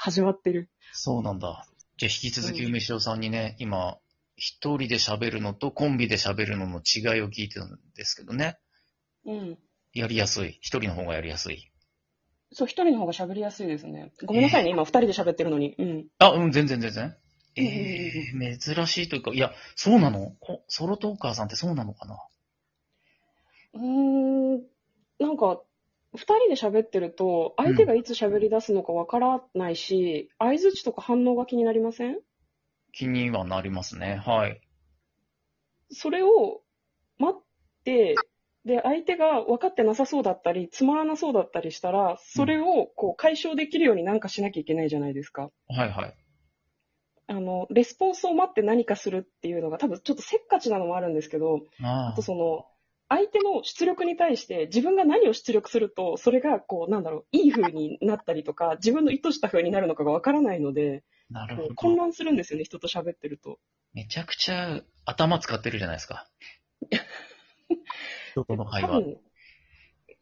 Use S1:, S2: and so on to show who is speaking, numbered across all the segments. S1: 始まってる。
S2: そうなんだ。じゃあ引き続き梅塩さんにね、今、一人で喋るのとコンビで喋るのの違いを聞いてるんですけどね。
S1: うん。
S2: やりやすい。一人の方がやりやすい。
S1: そう、一人の方が喋りやすいですね。ごめんなさいね、今二人で喋ってるのに。うん。
S2: あ、うん、全然全然。
S1: うん
S2: えー、珍しいというか、いや、そうなのこソロトーカーさんってそうなのかな
S1: うーん、なんか、二人で喋ってると、相手がいつ喋り出すのかわからないし、相づちとか反応が気になりません
S2: 気にはなりますね。はい。
S1: それを待って、で、相手が分かってなさそうだったり、つまらなそうだったりしたら、それをこう解消できるようになんかしなきゃいけないじゃないですか。
S2: はいはい。
S1: あの、レスポンスを待って何かするっていうのが多分ちょっとせっかちなのもあるんですけど、あ
S2: ああ
S1: とその、相手の出力に対して自分が何を出力すると、それがこう、なんだろう、いい風になったりとか、自分の意図した風になるのかが分からないので、
S2: なる
S1: こう
S2: ほ
S1: 混
S2: ど。
S1: 乱するんですよね、人と喋ってると。
S2: めちゃくちゃ頭使ってるじゃないで すか。人との会
S1: 多
S2: 話。
S1: 分、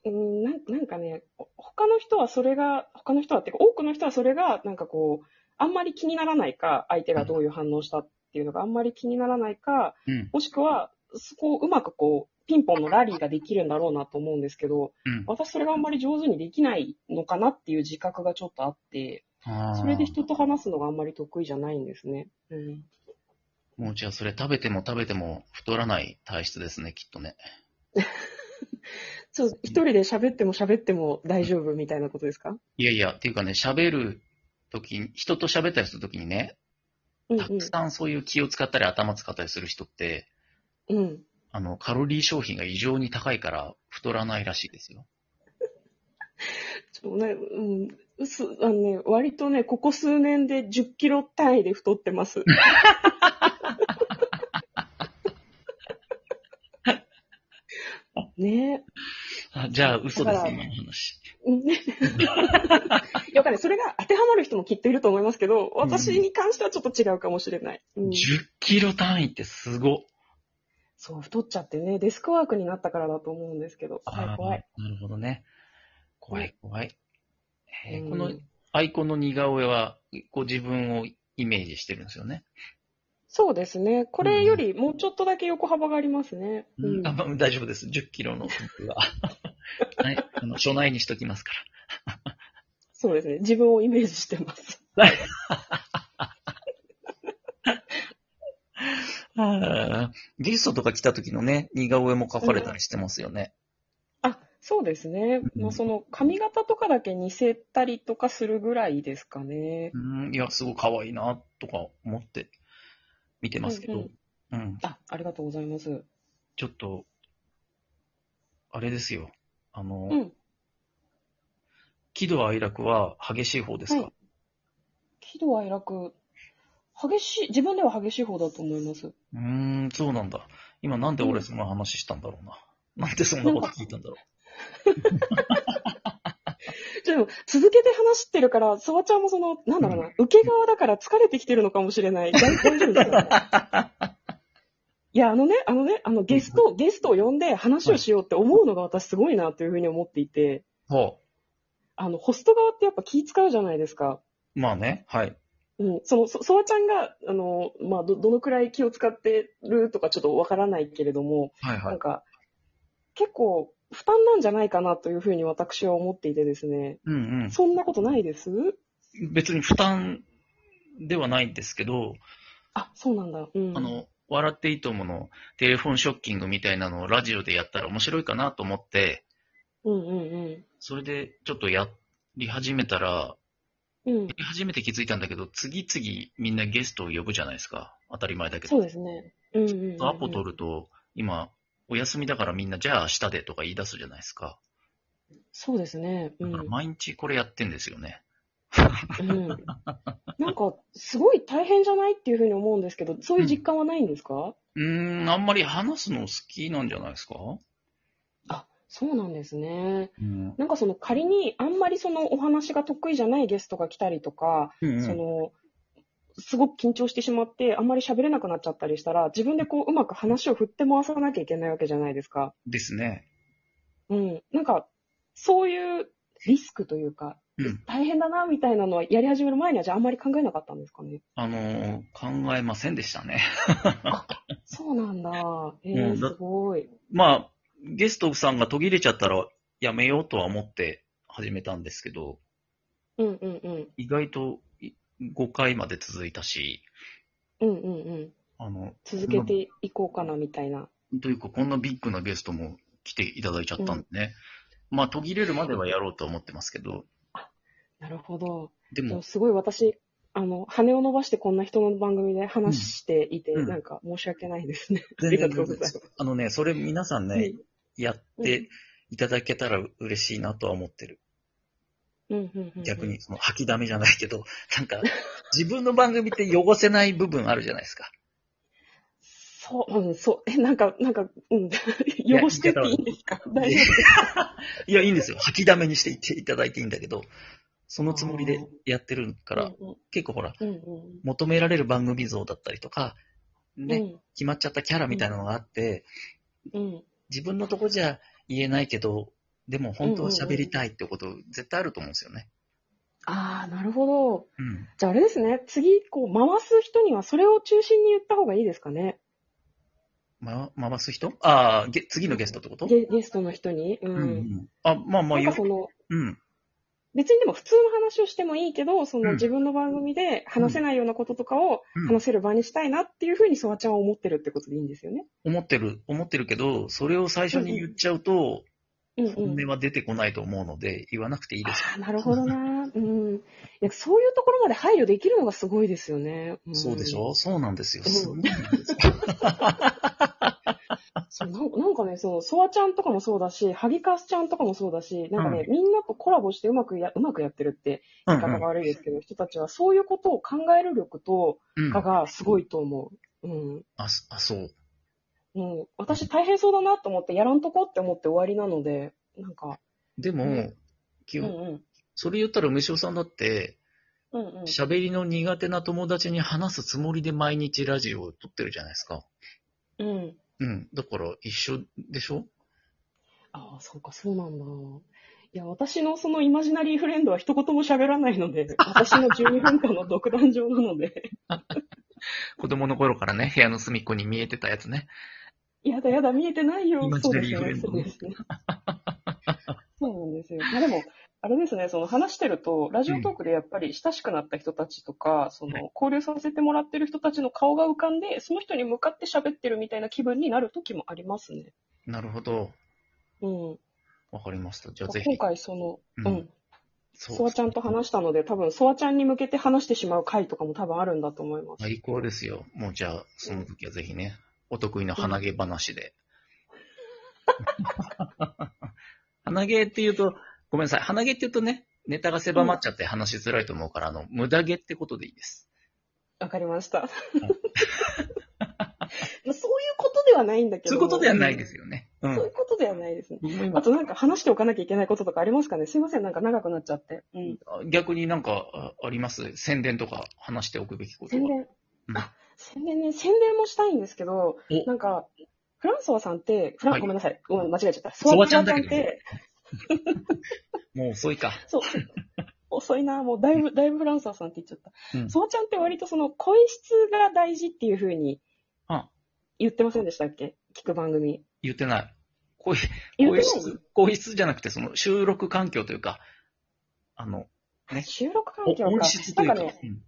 S1: うん、なんなんかね、ほ他の人はそれが、他の人はっていうか、多くの人はそれが、なんかこう、あんまり気にならないか、相手がどういう反応したっていうのがあんまり気にならないか、
S2: うん。
S1: もしくは、そこをうまくこう、ピンポンのラリーができるんだろうなと思うんですけど、
S2: うん。
S1: 私それがあんまり上手にできないのかなっていう自覚がちょっとあって、
S2: ああ
S1: それで人と話すのがあんまり得意じゃないんですね。うん。
S2: もうじゃあそれ食べても食べても太らない体質ですね、きっとね。
S1: ちょっと一人で喋っても喋っても大丈夫みたいなことですか
S2: いやいや、っていうかね、喋るときに、人と喋ったりするときにね、
S1: うん
S2: たくさんそういう気を使ったり頭使ったりする人って、
S1: うん。うん。
S2: あの、カロリー消費が異常に高いから太らないらしいですよ。
S1: ちょっとね、うん、すあのね、割とね、ここ数年で10キロ単位で太って ます。ね
S2: あじゃあ嘘ですね、今の話。
S1: えうん。 ねいやわかんないそれが当てはまる人もきっといると思いますけど、私に関してはちょっと違うかもしれない。うん、
S2: 10キロ単位ってすご。
S1: そう、太っちゃってね、デスクワークになったからだと思うんですけど、怖い怖い。
S2: あーなるほどね。怖い怖い。えー
S1: うん
S2: このアイコンの似顔絵は、こう自分をイメージしてるんですよね。
S1: そうですね。これよりもうちょっとだけ横幅がありますね。うん
S2: あまあ大丈夫です。10キロの僕は。はい。あの、初内にしときますか
S1: そうですね。自分をイメージしてます。
S2: ら。 あーゲストとか来た時のね、似顔絵も描かれたりしてますよね。
S1: あ、そうですね。
S2: うん
S1: まあ、その髪型とかだけ似せたりとかするぐらいですかね
S2: う。ん、いや、すごい可愛いな、とか思って見てますけど。う
S1: うんん、あ、ありがとうございます。
S2: ちょっと、あれですよ。あの、
S1: うん。
S2: 喜怒哀楽は激しい方ですか、
S1: はい喜怒哀楽、激しい、自分では激しい方だと思います。
S2: うーん、そうなんだ。今なんで俺そんな話したんだろうな。なんでそんなこと聞いたんだろ
S1: でも、続けて話してるから、沢ちゃんもその、なんだろうな、受け側だから疲れてきてるのかもしれない。大大丈夫ですかいや、あのね、あのね、あの、ゲスト、ゲストを呼んで話をしようって思うのが私すごいなというふうに思っていて、
S2: う。ほ
S1: あの、ホスト側ってやっぱ気使うじゃないですか。
S2: う。まあね、はい。
S1: うん、その、そ、そわちゃんが、あの、まあ、ど、どのくらい気を使ってるとかちょっとわからないけれども、
S2: はいは
S1: ないん。か、結構負担なんじゃないかなというふうに私は思っていてですね。
S2: うん
S1: そんなことないです
S2: うん。別に負担ではないんですけど、
S1: あ、そうなんだ。うん。
S2: あ、の、笑っていいと思うの、テレフォンショッキングみたいなのをラジオでやったら面白いかなと思って、
S1: うんうん
S2: それでちょっとやり始めたら、
S1: うん。うん
S2: や。り始めて気づいたんだけど、次々みんなゲストを呼ぶじゃないですか。当たり前だけど。
S1: そうですね。うんうんうんうん。
S2: アポ取ると、今、お休みだからみんな、じゃあ明日でとか言い出すじゃないですか。
S1: そうですね。う
S2: だ
S1: ん。う
S2: から毎日これやってんですよね。
S1: ん。なんか、すごい大変じゃないっていうふうに思うんですけど、そういう実感はないんですか、
S2: うーん、あんまり話すの好きなんじゃないですか
S1: あ、そうなんですね。
S2: うん。
S1: なんかその仮にあんまりそのお話が得意じゃないゲストが来たりとか、
S2: うんうん
S1: そのすごく緊張してしまってあんまり喋れなくなっちゃったりしたら自分でこううまく話を振って回さなきゃいけないわけじゃないですか。
S2: ですね。
S1: うん。なんかそういうリスクというか
S2: うん。
S1: 大変だな、みたいなのは、やり始める前には、じゃああんまり考えなかったんですかね。
S2: あのー考えませんでしたね。
S1: そうなんだ。え
S2: う
S1: ー、
S2: んだ
S1: すごい。
S2: まあ、ゲストさんが途切れちゃったらやめようとは思って始めたんですけど、
S1: うんうんうん。
S2: 意外とい5回まで続いたし、
S1: うんうんうん。
S2: あの、
S1: 続けていこうかな、みたいな。
S2: というか、こんなビッグなゲストも来ていただいちゃったんでね。まあ、途切れるまではやろうと思ってますけど、
S1: なるほど。
S2: で
S1: で
S2: も
S1: も、すごい私、あの、羽を伸ばしてこんな人の番組で話していて、
S2: うんうん
S1: なんか申し訳ないですね。あ
S2: 全
S1: り
S2: 然
S1: がとうございます。
S2: あのね、それ皆さんね、
S1: はい
S2: やっていただけたら嬉しいなとは思ってる。
S1: うんうんうんうん
S2: 逆に、。その吐きだめじゃないけど、なんか、自分の番組って汚せない部分あるじゃないですか。
S1: そう、うん、そう。え、なんか、なんか、うん。
S2: や
S1: 汚してっていいんですか大
S2: い
S1: 丈
S2: や
S1: 夫。
S2: いや、いいんですよ。吐きだめにしていっていただいていいんだけど、そのつもりでやってるから、
S1: うん
S2: 結構ほら、
S1: うんうん
S2: 求められる番組像だったりとか、
S1: うん。
S2: ね、決まっちゃったキャラみたいなのがあって、
S1: うん。うん。
S2: 自分のとこじゃ言えないけど、でも本当は喋りたいってこと絶対あると思うんですよね。
S1: ああ、なるほど。
S2: うん。
S1: じゃああれですね。次、こう、回す人にはそれを中心に言った方がいいですかね。
S2: ま、回す人ああ、げ次のゲストってこと
S1: ゲゲストの人に。うん。
S2: うんうん。あ、まあま
S1: な
S2: あ
S1: ん
S2: 言
S1: かそ。
S2: う
S1: の、
S2: うん。
S1: 別にでも普通の話をしてもいいけど、そ
S2: うん
S1: の自分の番組で話せないようなこととかを
S2: うん
S1: 話せる場にしたいなっていうふうにソワちゃんは思ってるってことでいいんですよね。
S2: 思ってる、思ってるけど、それを最初に言っちゃうと、
S1: うんう
S2: 本
S1: ん。
S2: 音は出てこないと思うので、言わなくていいです。
S1: ああ、なるほどな。うん。いや、そういうところまで配慮できるのがすごいですよね。ん
S2: そうでしょそうなんですよ。
S1: うん
S2: すごいんですよ
S1: そうなんなんかね、そう、ソワちゃんとかもそうだし、ハギカスちゃんとかもそうだし、なんかね、みんなとコラボしてうまくや、うまくやってるって
S2: うん
S1: 言い方が悪いですけど、人たちはそういうことを考える力と
S2: うん
S1: かがすごいと思う。うん。
S2: あ、そあそう。
S1: うん。私大変そうだなと思って、やらんとこって思って終わりなので、なんか、
S2: で
S1: う
S2: も
S1: ん、
S2: 基
S1: うんう
S2: 本、
S1: ん。
S2: それ言ったら梅塩さんだって、
S1: うんうん。
S2: 喋りの苦手な友達に話すつもりで毎日ラジオを撮ってるじゃないですか。
S1: うん。
S2: うん。だから一緒でしょ
S1: ああ、そうか、そうなんだ。いや、私のそのイマジナリーフレンドは一言も喋らないので、 私の12分間の独壇場なので。
S2: 子供の頃からね、部屋の隅っこに見えてたやつね。
S1: やだやだ、見えてないよ
S2: イ。マジ
S1: そう
S2: ナ
S1: で
S2: リ
S1: す
S2: ーフレ
S1: ね、
S2: ンド
S1: そうですね。そうなんですよ。まあでも、あれですね、その話してると、ラジオトークでやっぱり親しくなった人たちとか、その交流させてもらってる人たちの顔が浮かんで、その人に向かって喋ってるみたいな気分になる時もありますね。
S2: なるほど。
S1: うん。
S2: わかりました。じゃあぜひ
S1: 今。回その、う
S2: う
S1: んん、
S2: そ
S1: ソワちゃんと話したので、多分ソワちゃんに向けて話してしまう回とかも多分あるんだと思います。
S2: 最高ですよ。もうじゃあ、その時はぜひね、お得意の鼻毛話 で。鼻毛って言うと、ごめんなさい。鼻毛って言うとね、ネタが狭まっちゃって話しづらいと思うから、あの、無駄毛ってことでいいです。
S1: わかりま した。まあそういうことではないんだけど。
S2: そういうことではないですよね。う
S1: そうい
S2: ん
S1: う。ことではないですね。
S2: 僕も今
S1: あとなんか話しておかなきゃいけないこととかありますかねすいません、なんか長くなっちゃって。うん。
S2: 逆になんかああります宣伝とか話しておくべきこと
S1: 宣
S2: は。
S1: 伝
S2: う。ん
S1: あ、宣伝ね、宣伝もしたいんですけど
S2: お、
S1: なんか、フランソワさんって、フラン、
S2: はい
S1: ごめんなさい。ごめん、間違えちゃった。
S2: ソワちゃんだけ
S1: っ
S2: ど
S1: て、
S2: もう遅いか。
S1: そう。遅いな、もうだ いぶ、だいぶフランソワさんって言っちゃった。
S2: うん。
S1: ソワちゃんって割とその、声質が大事っていう風に
S2: あ、
S1: 言ってませんでしたっけ聞く番組。
S2: 言ってない。こういう
S1: 言っ
S2: 更
S1: てない
S2: 質、更質じゃなくて、その収録環境というか、あの、ね
S1: 収録環
S2: お
S1: 境
S2: 音
S1: か。
S2: 質と
S1: ないん
S2: う
S1: か
S2: か、
S1: ね、
S2: うん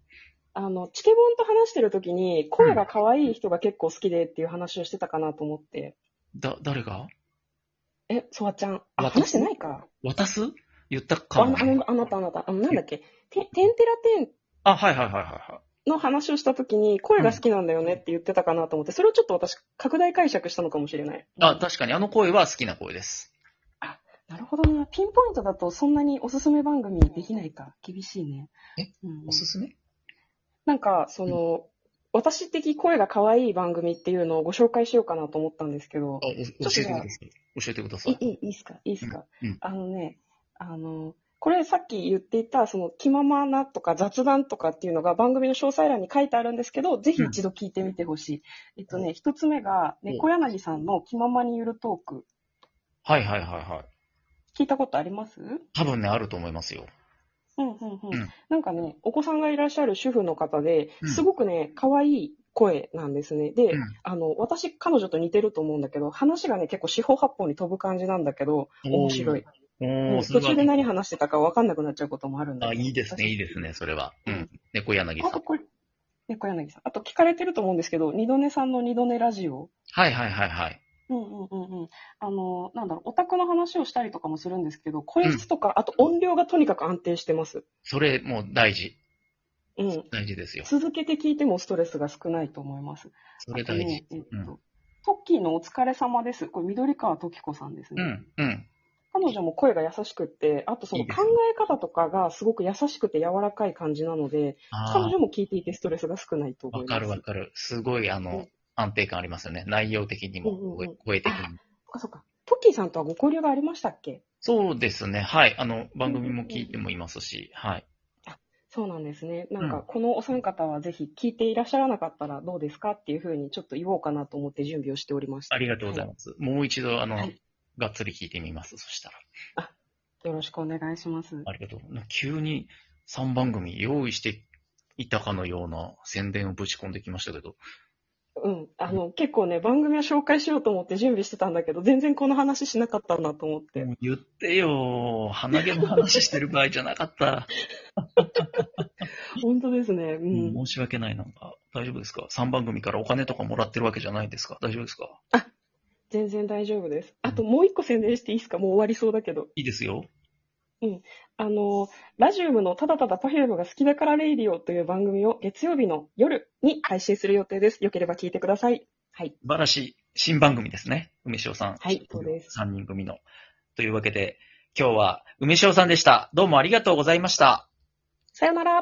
S1: あの、チケボンと話してる時に、声が可愛い人が結構好きでっていう話をしてたかなと思って。
S2: だ、誰が
S1: え、ソワちゃん。あ、
S2: 私
S1: 話してないか。
S2: 渡す言ったか
S1: あ
S2: も
S1: の、あの、あなた、あなた、あの、なんだっけ、て、てんてらてん
S2: あ、はいはいはいはいは
S1: の話をしたときに、声が好きなんだよねって言ってたかなと思って、それをちょっと私、拡大解釈したのかもしれない。
S2: い。あ、確かに、あの声は好きな声です。
S1: なるほどな。ピンポイントだと、そんなにおすすめ番組できないか。厳しいね。
S2: え
S1: うんうん
S2: おすすめ
S1: なんか、その、私的声が可愛い番組っていうのをご紹介しようかなと思ったんですけど、ょ
S2: あ、お教
S1: っと
S2: えて
S1: じ
S2: く
S1: ゃ
S2: だ
S1: あ
S2: さい。教えてくださ
S1: いい
S2: い。
S1: いいいっすかいいっすか、
S2: うんうん
S1: あのね、あの、これさっき言っていた、その、気ままなとか雑談とかっていうのが番組の詳細欄に書いてあるんですけど、ぜひ一度聞いてみてほしい。えっとね、一つ目が、
S2: うん
S1: 猫柳さんの気ままにゆるトーク。
S2: はいはいはいはい。
S1: 聞いたことあります
S2: 多分ね、あると思いますよ。
S1: うんうんうん
S2: うん
S1: なんかね、お子さんがいらっしゃる主婦の方で
S2: う、ん
S1: すごくね、可愛い声なんですね。で、
S2: うん
S1: あの、私、彼女と似てると思うんだけど、話がね、結構四方八方に飛ぶ感じなんだけど、面白い。
S2: お
S1: も
S2: ー。お
S1: う
S2: ー、それ
S1: 途
S2: は
S1: 中で何話してたか分かんなくなっちゃうこともあるんだ
S2: あ、
S1: けど
S2: いいですね、いいですね、それは。う
S1: うんん。
S2: 猫柳さ
S1: あ
S2: ん
S1: と。これ、猫柳さん。あと聞かれてると思うんですけど、二度寝さんの二度寝ラジオ。
S2: はいはいはいはい。
S1: うんうんうんうん。あの、なんだろう、オタクの話をしたりとかもするんですけど、声質とか、あと音量がとにかく安定してます。
S2: それ、もう大事。
S1: うん。
S2: 大事ですよ。
S1: 続けて聞いてもストレスが少ないと思います。
S2: それ大事。
S1: あとね
S2: うん
S1: えっとトッキーのお疲れ様です。これ、緑川時子さんです
S2: う
S1: ね。
S2: ん、うん。
S1: 彼女も声が優しくって、あとそ
S2: い
S1: の
S2: い
S1: 考
S2: ですね
S1: え方とかがすごく優しくて柔らかい感じなので、彼
S2: あ
S1: 女も聞いていてストレスが少ないと思
S2: あ、わ
S1: います。
S2: かるわかる。すごい、あ
S1: う
S2: の
S1: ん、
S2: 安定感ありますよね。内容的にも、
S1: うんうんうん
S2: 声的にも。
S1: そっかそっか。トッキーさんとはご交流がありましたっけ
S2: そうですね、はい。あの、番組も聞いてもいますし、はい。
S1: そうなんですね。なん
S2: う
S1: か、
S2: ん
S1: このお三方はぜひ聞いていらっしゃらなかったらどうですかっていうふうにちょっと言おうかなと思って準備をしておりました。
S2: ありがとうございます。もう一度、あの、
S1: はい
S2: がっつり聞いてみます、そしたら。
S1: す。よろしくお願いします。
S2: ありがとう。急に3番組用意していたかのような宣伝をぶち込んできましたけど。
S1: うん。あの、結構ね、番組を紹介しようと思って準備してたんだけど、全然この話しなかったなと思って。
S2: もう言ってよ。鼻毛の話してる場合じゃなかった。
S1: 本当ですね。 う
S2: うん
S1: ん。
S2: 申し訳ない、なんか。大丈夫ですか ?3 番組からお金とかもらってるわけじゃないですか大丈夫ですか
S1: 全然大丈夫です。あともう一個宣伝していいですかもう終わりそうだけど。
S2: いいですよ。
S1: あの、ラジウムのただただパフュームが好きだからレイディオという番組を月曜日の夜に配信する予定です。よければ聞いてください。はい。
S2: 素晴らしい。新番組ですね。梅塩さん。
S1: はいそうです
S2: 3人組の。というわけで、今日は梅塩さんでした。どうもありがとうございました。
S1: さよなら。